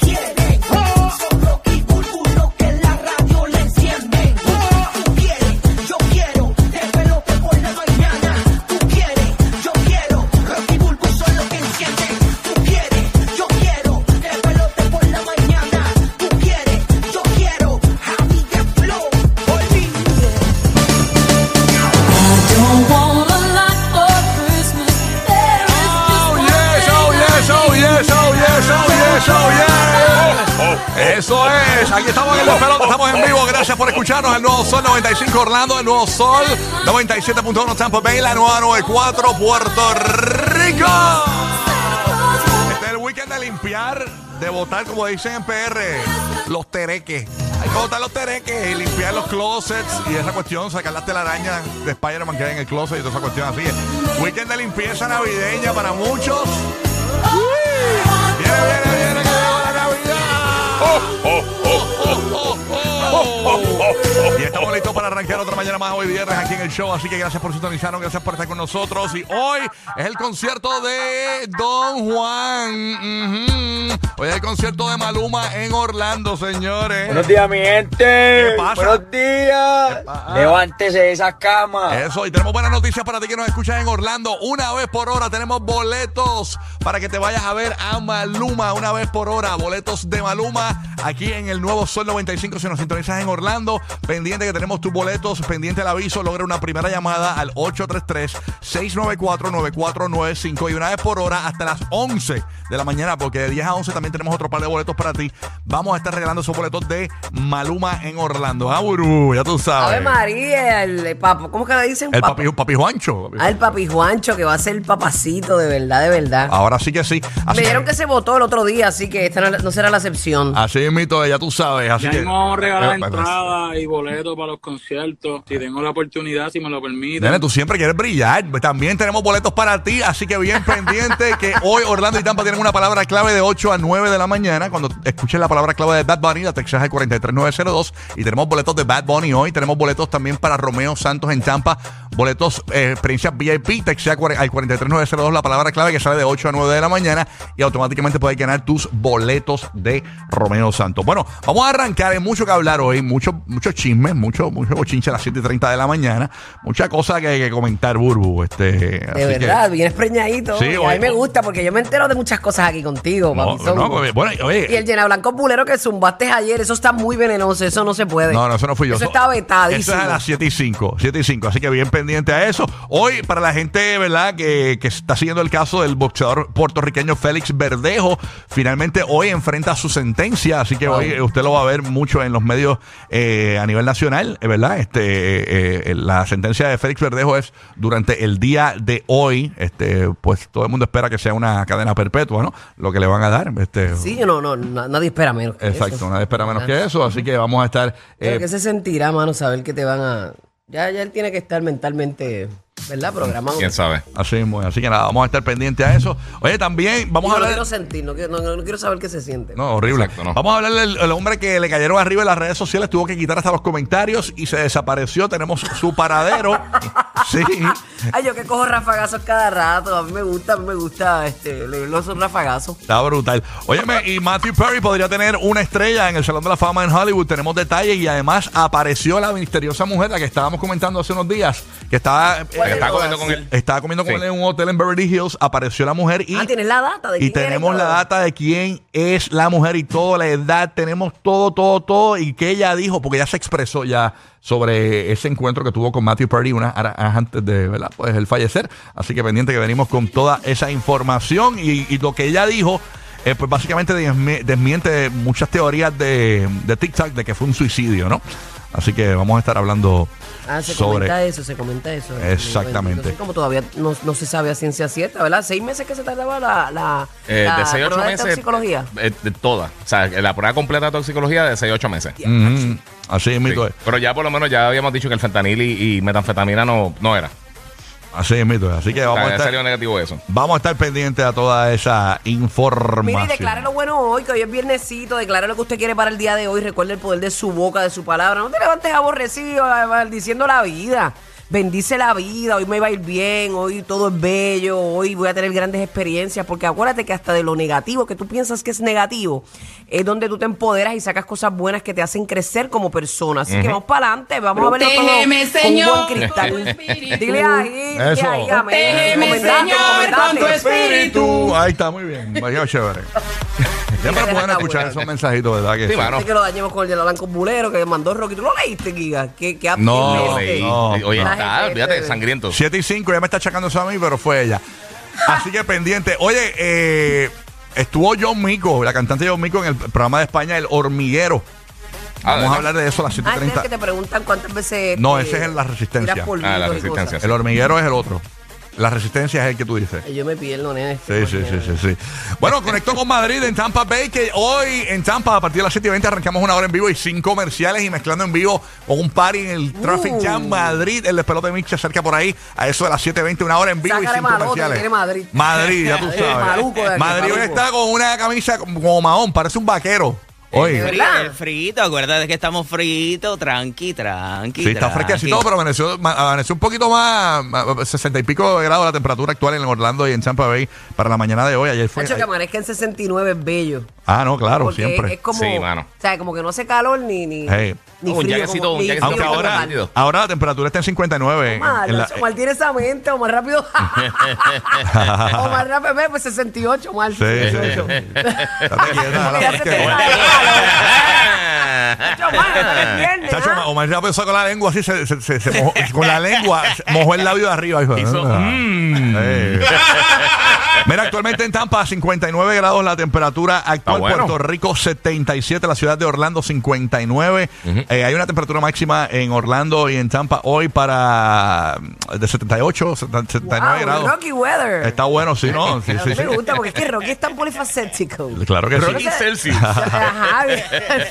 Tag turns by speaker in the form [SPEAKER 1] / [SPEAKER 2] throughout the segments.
[SPEAKER 1] quieren, son Rocky y Burbu, lo que en la radio le encienden. Tú quieres, yo quiero, te pelote por la mañana. Tú quieres, yo quiero, Rocky y Burbu son lo que encienden. Tú quieres, yo quiero, te pelote por la mañana. Tú quieres, yo quiero, Javi de Flow, olvídate.
[SPEAKER 2] Oh, yes, oh, yes, oh, yes, oh, yes, oh, yes, oh, yes. Eso es, aquí estamos en el pelota, estamos en vivo, gracias por escucharnos, el nuevo Sol 95 Orlando, el nuevo Sol 97.1 Tampa Bay, la nueva 94 Puerto Rico. Este es el weekend de limpiar, de votar, como dicen en PR, los tereques. Hay que botar los tereques y limpiar los closets y esa cuestión, sacar las telarañas de Spider-Man que hay en el closet y toda esa cuestión así. Weekend de limpieza navideña para muchos. Viene, viene, viene, que llegó la Navidad. Y estamos listos para arrancar otra mañana más hoy viernes aquí en el show. Así que gracias por sintonizarnos, gracias por estar con nosotros. Y hoy es el concierto de Don Juan. Ujú. Hoy es el concierto de Maluma en Orlando, señores.
[SPEAKER 3] Buenos días, mi gente.
[SPEAKER 2] ¿Qué pasa?
[SPEAKER 3] Buenos días.
[SPEAKER 2] ¿Qué pasa?
[SPEAKER 3] Levántese de esa cama.
[SPEAKER 2] Eso, y tenemos buenas noticias para ti que nos escuchas en Orlando. Una vez por hora tenemos boletos para que te vayas a ver a Maluma. Una vez por hora, boletos de Maluma aquí en el nuevo Sol 95. Si nos sintonizas en Orlando, pendiente que tenemos tus boletos, pendiente el aviso, logra una primera llamada al 833-694-9495. Y una vez por hora hasta las 11 de la mañana, porque de 10 a 11 también tenemos otro par de boletos para ti. Vamos a estar regalando esos boletos de Maluma en Orlando. Ah, burú, ya tú sabes.
[SPEAKER 4] Ave María, el papo, ¿cómo que le dicen?
[SPEAKER 2] Eh. El
[SPEAKER 4] Pap-
[SPEAKER 2] papi, papi Juancho. Papi
[SPEAKER 4] Ah, el papi Juancho, que va a ser el papacito, de verdad, de verdad.
[SPEAKER 2] Ahora sí que Ah, sí. Ah, Así,
[SPEAKER 4] Me dijeron que se votó el otro día, así que esta no, no será la excepción.
[SPEAKER 2] así es mito, ya tú sabes. Así
[SPEAKER 5] Ya
[SPEAKER 2] que,
[SPEAKER 5] mismo vamos a regalar
[SPEAKER 2] Eh,
[SPEAKER 5] entradas y boletos para los conciertos. Si tengo la oportunidad, si me lo permiten.
[SPEAKER 2] Nene, tú siempre quieres brillar. También tenemos boletos para ti, así que bien pendiente que hoy Orlando y Tampa tienen una palabra clave de 8 a 9 de la mañana. Cuando escuches la palabra clave de Bad Bunny, la Texas es 43902. Y tenemos boletos de Bad Bunny hoy. Tenemos boletos también para Romeo Santos en Tampa. Boletos, eh, experiencias VIP, texas cuare- al 43902, la palabra clave que sale de 8 a 9 de la mañana y automáticamente puedes ganar tus boletos de Romeo Santos. Bueno, vamos a arrancar, hay mucho que hablar hoy, muchos mucho chismes, mucho, mucho bochinche a las 7 y 30 de la mañana, mucha cosa que, que comentar, Burbu. Este,
[SPEAKER 4] de verdad, vienes preñadito.
[SPEAKER 2] Sí,
[SPEAKER 4] y a
[SPEAKER 2] hoy-
[SPEAKER 4] mí me gusta porque yo me entero de muchas cosas aquí contigo,
[SPEAKER 2] no,
[SPEAKER 4] papizón.
[SPEAKER 2] no, pues, bueno, oye,
[SPEAKER 4] y el llena blanco pulero que zumbaste ayer, eso está muy venenoso, eso no se puede.
[SPEAKER 2] No, no, eso no fui yo.
[SPEAKER 4] Eso está vetadísimo.
[SPEAKER 2] Eso es a las 7 y 5. 7 y 5. Así que bien pendiente a eso. Hoy, para la gente, ¿verdad?, que, que está siguiendo el caso del boxeador puertorriqueño Félix Verdejo, finalmente hoy enfrenta su sentencia. Así que hoy eh, usted lo va a ver mucho en los medios eh, a nivel nacional, eh, ¿verdad? Este, eh, eh, la sentencia de Félix Verdejo es durante el día de hoy. Este, pues todo el mundo espera que sea una cadena perpetua, ¿no? Lo que le van a dar. Este,
[SPEAKER 4] Sí, yo no, no, na- nadie espera menos. que
[SPEAKER 2] Exacto,
[SPEAKER 4] eso.
[SPEAKER 2] nadie espera menos que eso, así que vamos a estar... eh,
[SPEAKER 4] Pero que se sentirá, mano, saber que te van a. Ya, ya él tiene que estar mentalmente, ¿verdad? Programado.
[SPEAKER 6] ¿Quién sabe?
[SPEAKER 2] Así mismo es. Así que nada, vamos a estar pendientes a eso. Oye, también vamos
[SPEAKER 4] Yo
[SPEAKER 2] a
[SPEAKER 4] no
[SPEAKER 2] hablar.
[SPEAKER 4] quiero sentir, no quiero, no- no- no quiero saber qué se siente.
[SPEAKER 2] No, horrible.
[SPEAKER 6] Exacto, no.
[SPEAKER 2] Vamos a hablar del el hombre que le cayeron arriba en las redes sociales, tuvo que quitar hasta los comentarios y se desapareció. Tenemos su paradero. sí.
[SPEAKER 4] Ay, yo que cojo rafagazos cada rato. A mí me gusta, a mí me gusta este, leer los rafagazos.
[SPEAKER 2] Está brutal. Óyeme, y Matthew Perry podría tener una estrella en el Salón de la Fama en Hollywood. Tenemos detalles y además apareció la misteriosa mujer, la que estábamos comentando hace unos días, que estaba, eh,
[SPEAKER 6] Que está comiendo con él.
[SPEAKER 2] estaba comiendo con
[SPEAKER 6] Sí.
[SPEAKER 2] él en un hotel en Beverly Hills. Apareció la mujer y.
[SPEAKER 4] Ah, tienes la data de
[SPEAKER 2] Y
[SPEAKER 4] quién era
[SPEAKER 2] tenemos
[SPEAKER 4] todo.
[SPEAKER 2] la data de quién es la mujer y toda la edad, tenemos todo, todo, todo, y qué ella dijo, porque ella se expresó ya sobre ese encuentro que tuvo con Matthew Perry unas horas antes de ¿verdad? Pues el fallecer. Así que pendiente que venimos con toda esa información y, y lo que ella dijo. eh, pues básicamente desmi- desmiente muchas teorías de, de TikTok de que fue un suicidio, ¿no? Así que vamos a estar hablando
[SPEAKER 4] Ah, se
[SPEAKER 2] sobre.
[SPEAKER 4] comenta eso, se comenta eso.
[SPEAKER 2] Exactamente.
[SPEAKER 4] Entonces, como todavía no, no se sabe a ciencia cierta, ¿verdad? Seis meses que se tardaba la, la,
[SPEAKER 6] Eh,
[SPEAKER 4] la
[SPEAKER 6] de 6 a 8
[SPEAKER 4] prueba
[SPEAKER 6] meses.
[SPEAKER 4] Ah, de toxicología.
[SPEAKER 6] eh, de toda. O sea, la prueba completa de toxicología de 6 a 8 meses.
[SPEAKER 2] Ujú, Así es, mito
[SPEAKER 6] Sí. Pero ya por lo menos ya habíamos dicho que el fentanil y, y metanfetamina no, no era.
[SPEAKER 2] Así es, mito Así que
[SPEAKER 6] O sea,
[SPEAKER 2] vamos a
[SPEAKER 6] ya salió
[SPEAKER 2] estar.
[SPEAKER 6] negativo eso.
[SPEAKER 2] Vamos a estar pendientes a toda esa
[SPEAKER 4] Mire, y
[SPEAKER 2] información.
[SPEAKER 4] declare lo bueno hoy, que hoy es viernesito, declare lo que usted quiere para el día de hoy, recuerde el poder de su boca, de su palabra, no te levantes aborrecido, eh, maldiciendo la vida, bendice la vida, hoy me va a ir bien, hoy todo es bello, hoy voy a tener grandes experiencias, porque acuérdate que hasta de lo negativo, que tú piensas que es negativo, es donde tú te empoderas y sacas cosas buenas que te hacen crecer como persona, así que vamos para adelante, vamos a verlo todo
[SPEAKER 7] Protégeme, Señor,
[SPEAKER 4] con buen cristal.
[SPEAKER 7] con tu espíritu.
[SPEAKER 4] Dile ahí, dile
[SPEAKER 2] Eso.
[SPEAKER 4] ahí, amén.
[SPEAKER 7] Protégeme,
[SPEAKER 4] Encomendate,
[SPEAKER 7] Señor, con
[SPEAKER 4] encomendate.
[SPEAKER 7] tu espíritu.
[SPEAKER 2] espíritu. Ahí está, muy bien. Vaya chévere. Siempre es bueno
[SPEAKER 4] buena.
[SPEAKER 2] escuchar esos mensajitos, ¿verdad? Que
[SPEAKER 6] Sí,
[SPEAKER 2] sí?
[SPEAKER 6] mano.
[SPEAKER 4] Dice que lo dañemos con el de la Blanco Bulero que mandó Rocky. ¿Tú lo leíste, Giga? ¿Qué, este? qué
[SPEAKER 2] No,
[SPEAKER 4] abstinencia.
[SPEAKER 6] Lo leí.
[SPEAKER 2] no,
[SPEAKER 6] Oye,
[SPEAKER 4] no.
[SPEAKER 6] está, olvídate, sangriento.
[SPEAKER 2] 7 y 5, ya me está achacando eso a mí, pero fue ella. Así que pendiente. Oye, eh, estuvo John Mico, la cantante John Mico, en el programa de España, El Hormiguero.
[SPEAKER 6] Ah,
[SPEAKER 2] Vamos a
[SPEAKER 6] ¿verdad?
[SPEAKER 2] hablar de eso a las
[SPEAKER 4] Ah, este es el
[SPEAKER 2] 7.30.
[SPEAKER 4] que te preguntan cuántas veces.
[SPEAKER 2] No,
[SPEAKER 4] eh,
[SPEAKER 2] ese es en La Resistencia.
[SPEAKER 4] tiras polvitos
[SPEAKER 6] Ah, La
[SPEAKER 4] y
[SPEAKER 6] Resistencia,
[SPEAKER 4] cosas.
[SPEAKER 2] El Hormiguero es el otro. La Resistencia es el que tú dices.
[SPEAKER 4] Ay, Yo me pierdo, nene. este
[SPEAKER 2] Sí, sí, sí, sí, sí. Bueno, conectó con Madrid en Tampa Bay, que hoy en Tampa, a partir de las 7 y 20, arrancamos una hora en vivo y sin comerciales y mezclando en vivo con un party en el Traffic
[SPEAKER 4] Uh.
[SPEAKER 2] Jam Madrid. El despelote Mix se acerca por ahí a eso de las 7 y 20, una hora en vivo y
[SPEAKER 4] Sácale
[SPEAKER 2] sin
[SPEAKER 4] malote,
[SPEAKER 2] comerciales.
[SPEAKER 4] viene Madrid.
[SPEAKER 2] Madrid, ya tú
[SPEAKER 4] El
[SPEAKER 2] sabes.
[SPEAKER 4] maluco de aquí,
[SPEAKER 2] Madrid hoy
[SPEAKER 4] maluco.
[SPEAKER 2] está con una camisa como Mahón, parece un vaquero. Hoy.
[SPEAKER 4] ¿Verdad?
[SPEAKER 8] Frío, frito, acuérdate que estamos fritos, tranqui, tranqui.
[SPEAKER 2] Sí, está fresquecito, pero amaneció, ma- amaneció un poquito más, ma- 60 y pico de grados la temperatura actual en Orlando y en Tampa Bay para la mañana de hoy. Ayer fue.
[SPEAKER 4] Nacho, que amanezca en 69 es bello.
[SPEAKER 2] Ah, no, claro,
[SPEAKER 4] porque
[SPEAKER 2] siempre.
[SPEAKER 4] es como.
[SPEAKER 6] Sí, mano.
[SPEAKER 4] O sea, como que no hace calor ni. ni,
[SPEAKER 2] Hey.
[SPEAKER 4] ni
[SPEAKER 6] Un
[SPEAKER 4] frío,
[SPEAKER 6] jaquecito,
[SPEAKER 4] como-
[SPEAKER 6] un
[SPEAKER 4] ni
[SPEAKER 6] jaquecito
[SPEAKER 2] Aunque
[SPEAKER 4] frío como
[SPEAKER 2] ahora,
[SPEAKER 4] tal.
[SPEAKER 2] ahora la temperatura está en 59. en-
[SPEAKER 4] Omar,
[SPEAKER 2] en la-
[SPEAKER 4] Nacho, Omar tiene esa mente, Omar rápido. Omar rápido, ve, pues 68, Omar.
[SPEAKER 2] Sí, sí.
[SPEAKER 4] 68.
[SPEAKER 2] Date quieta,
[SPEAKER 4] Ya se te
[SPEAKER 2] Omar.
[SPEAKER 4] Nacho, Omar, no te entiendes,
[SPEAKER 2] Chacho,
[SPEAKER 4] ¿ah?
[SPEAKER 2] Omar ya pensó con la lengua así, se, se- se- se mojó- con la lengua se mojó el labio de arriba. hijo.
[SPEAKER 6] Hizo,
[SPEAKER 2] Ah.
[SPEAKER 6] mm.
[SPEAKER 2] Eh. Mira, actualmente en Tampa 59 grados la temperatura actual,
[SPEAKER 6] Está Ah, bueno.
[SPEAKER 2] Puerto Rico 77, la ciudad de Orlando 59. Eh, hay una temperatura máxima en Orlando y en Tampa hoy para mm, de 78, 79
[SPEAKER 4] Wow,
[SPEAKER 2] grados.
[SPEAKER 4] Ah, Rocky Weather.
[SPEAKER 2] Está bueno, sí, ¿no? Sí,
[SPEAKER 4] Pero
[SPEAKER 2] sí,
[SPEAKER 4] a mí
[SPEAKER 2] sí.
[SPEAKER 4] me gusta porque es que Rocky es tan polifacético.
[SPEAKER 2] Claro que sí.
[SPEAKER 6] Rocky Celsius.
[SPEAKER 4] Ajá,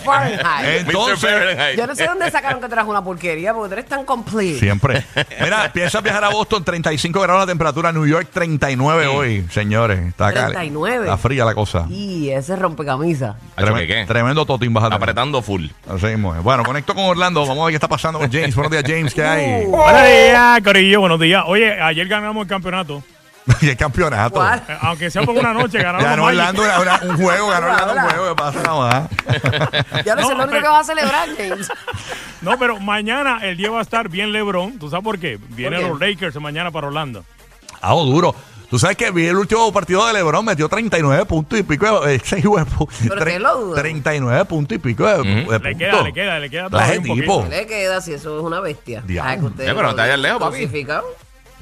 [SPEAKER 4] Fahrenheit.
[SPEAKER 6] Mr.
[SPEAKER 2] Entonces,
[SPEAKER 6] Fahrenheit.
[SPEAKER 4] Yo no sé dónde sacaron que tú eras una porquería porque tú eres tan complete.
[SPEAKER 2] siempre. Mira, piensa viajar a Boston, 35 grados la temperatura, New York 39 hoy, señores. Está acá.
[SPEAKER 4] 39.
[SPEAKER 2] Está fría la cosa.
[SPEAKER 4] Y ese rompecamisa.
[SPEAKER 6] Hacho,
[SPEAKER 2] Treme-
[SPEAKER 6] ¿qué, qué?
[SPEAKER 2] Tremendo totín bajado.
[SPEAKER 6] Apretando full.
[SPEAKER 2] Así mismo es. Bueno, conecto con Orlando. Vamos a ver qué está pasando con James. Buenos días, James. ¿Qué hay?
[SPEAKER 4] Uh.
[SPEAKER 9] Buenos días, Corillo, buenos días. Oye, ayer ganamos el campeonato.
[SPEAKER 2] y el campeonato.
[SPEAKER 4] ¿Cuál?
[SPEAKER 9] Eh, Aunque sea por una noche, ganamos.
[SPEAKER 2] Ganó
[SPEAKER 9] Magic.
[SPEAKER 2] Orlando una- una- un juego, ganó Orlando un
[SPEAKER 4] Habla.
[SPEAKER 2] juego. ¿Qué pasa nada más?
[SPEAKER 4] Ya no,
[SPEAKER 9] No,
[SPEAKER 4] sé lo único
[SPEAKER 9] pero-
[SPEAKER 4] que vas a celebrar, James.
[SPEAKER 9] No, pero mañana el día va a estar bien LeBron. ¿Tú sabes por qué? Vienen
[SPEAKER 4] ¿Por
[SPEAKER 9] los Lakers mañana para Orlando.
[SPEAKER 2] Ah, oh, duro. Tú sabes que vi el último partido de LeBron, metió 39 puntos y pico de... eh, ese hijo de pu-
[SPEAKER 4] Pero
[SPEAKER 2] tre-
[SPEAKER 4] que lo duda.
[SPEAKER 2] 39 puntos y pico de, de
[SPEAKER 9] Le
[SPEAKER 2] puntos.
[SPEAKER 9] queda, le queda, le queda
[SPEAKER 2] Traje
[SPEAKER 9] todavía un
[SPEAKER 2] tipo.
[SPEAKER 4] ¿Qué le queda si eso es una bestia?
[SPEAKER 2] Diablo.
[SPEAKER 4] que ustedes
[SPEAKER 6] Eh, pero no
[SPEAKER 4] lo
[SPEAKER 6] te vayas lejos, papi.
[SPEAKER 4] cosificado.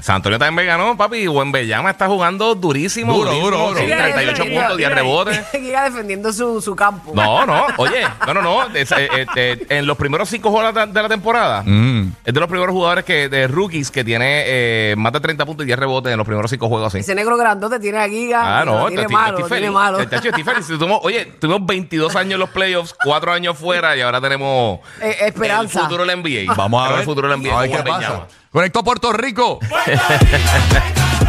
[SPEAKER 6] San Antonio también ganó, papi. Y Buen Bellama está jugando durísimo.
[SPEAKER 2] Duro,
[SPEAKER 6] durísimo,
[SPEAKER 2] duro, duro.
[SPEAKER 6] sí, 38
[SPEAKER 9] Mira,
[SPEAKER 6] puntos,
[SPEAKER 9] mira,
[SPEAKER 6] 10
[SPEAKER 9] mira.
[SPEAKER 6] rebotes.
[SPEAKER 4] Giga defendiendo su, su campo.
[SPEAKER 6] No, no, oye, no, no, no. es, eh, eh, eh, en los primeros cinco horas de la temporada,
[SPEAKER 4] Mm.
[SPEAKER 6] es de los primeros jugadores que de rookies que tiene eh, más de 30 puntos y 10 rebotes en los primeros cinco juegos así.
[SPEAKER 4] Ese negro grandote tiene a Giga.
[SPEAKER 6] Ah,
[SPEAKER 4] lo
[SPEAKER 6] no,
[SPEAKER 4] tiene
[SPEAKER 6] estoy-
[SPEAKER 4] malo,
[SPEAKER 6] estoy
[SPEAKER 4] lo tiene
[SPEAKER 6] feliz. Este
[SPEAKER 4] malo.
[SPEAKER 6] El Tacho, estoy feliz. Tuvimos- oye, tuvimos 22 años en los playoffs, 4 años fuera y ahora tenemos
[SPEAKER 4] Eh, esperanza.
[SPEAKER 6] el futuro del NBA.
[SPEAKER 2] Vamos a ver,
[SPEAKER 6] el futuro del NBA.
[SPEAKER 2] a ver qué
[SPEAKER 6] Juan
[SPEAKER 2] pasa.
[SPEAKER 6] Beñama.
[SPEAKER 2] Conectó a Puerto Rico.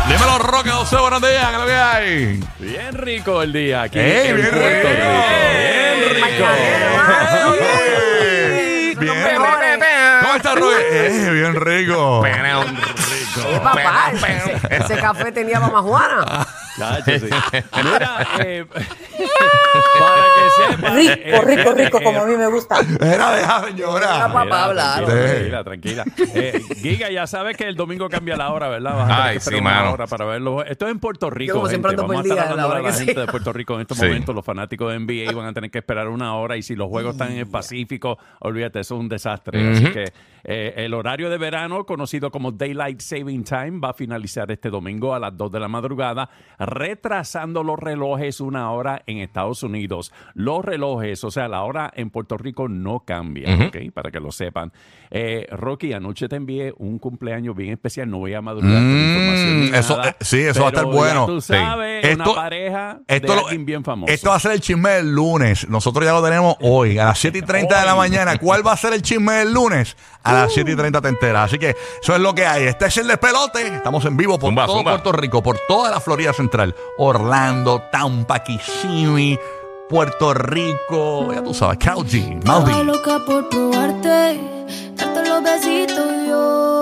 [SPEAKER 2] Dímelo, Roque José, buenos días, ¿qué es lo que hay?
[SPEAKER 10] Bien rico el día aquí.
[SPEAKER 2] ¡Ey,
[SPEAKER 10] en
[SPEAKER 2] bien rico!
[SPEAKER 10] Puerto Rico. Bien rico.
[SPEAKER 2] Bien. ¿Cómo está, Roque? Eh, bien rico.
[SPEAKER 6] Pena un
[SPEAKER 4] Eh,
[SPEAKER 6] rico.
[SPEAKER 4] papá,
[SPEAKER 6] Pena, pena.
[SPEAKER 4] ese, ese café tenía mamá Juana.
[SPEAKER 10] Ah, Chacho, sí. Mira, eh, para que sepa. eh,
[SPEAKER 7] Rico, rico, rico, como a mí me gusta.
[SPEAKER 2] Era deja, señora.
[SPEAKER 4] Era papá. hablar.
[SPEAKER 10] Tranquila, tranquila. Eh, Giga, ya sabes que el domingo cambia la hora, ¿verdad? Vas a tener
[SPEAKER 6] Ay,
[SPEAKER 10] que esperar
[SPEAKER 6] sí,
[SPEAKER 10] una
[SPEAKER 6] mano.
[SPEAKER 10] hora para verlo. Esto es en Puerto Rico.
[SPEAKER 4] como siempre
[SPEAKER 10] gente.
[SPEAKER 4] ando
[SPEAKER 10] Vamos a
[SPEAKER 4] perdida
[SPEAKER 10] estar
[SPEAKER 4] a la
[SPEAKER 10] hablando a
[SPEAKER 4] hora
[SPEAKER 10] la
[SPEAKER 4] que
[SPEAKER 10] gente
[SPEAKER 4] sea.
[SPEAKER 10] de Puerto Rico en estos
[SPEAKER 6] Sí.
[SPEAKER 10] momentos. Los fanáticos de NBA van a tener que esperar una hora y si los juegos están en el Pacífico, olvídate, eso es un desastre. Así que eh, el horario de verano, conocido como Daylight Saving Time, va a finalizar este domingo a las 2 de la madrugada, retrasando los relojes una hora en Estados Unidos, los relojes, o sea, la hora en Puerto Rico no cambia,
[SPEAKER 6] Ujú.
[SPEAKER 10] ¿ok? Para que lo sepan. Eh, Rocky, anoche te envié un cumpleaños bien especial, no voy a madrugar con
[SPEAKER 2] Mm,
[SPEAKER 10] información. ni
[SPEAKER 2] eso,
[SPEAKER 10] nada,
[SPEAKER 2] eh, sí, eso va a
[SPEAKER 10] pero
[SPEAKER 2] estar
[SPEAKER 10] ya
[SPEAKER 2] bueno.
[SPEAKER 10] tú
[SPEAKER 2] Sí.
[SPEAKER 10] sabes, una
[SPEAKER 2] Esto-
[SPEAKER 10] pareja
[SPEAKER 2] esto
[SPEAKER 10] de
[SPEAKER 2] lo-
[SPEAKER 10] alguien bien famoso.
[SPEAKER 2] Esto va a ser el chisme del lunes. Nosotros ya lo tenemos hoy, a las 7 y 30 de la mañana. ¿Cuál va a ser el chisme del lunes? A las
[SPEAKER 10] Uh.
[SPEAKER 2] 7 y 30 te enteras. Así que eso es lo que hay. Este es el despelote. Estamos en vivo por
[SPEAKER 6] Zumba,
[SPEAKER 2] todo
[SPEAKER 6] zumba.
[SPEAKER 2] Puerto Rico, por toda la Florida Central. Orlando, Tampa, Kissimmee, Puerto Rico. Ya tú sabes, Calgi, Maldi.
[SPEAKER 11] Estaba loca por probarte, darte los besitos yo.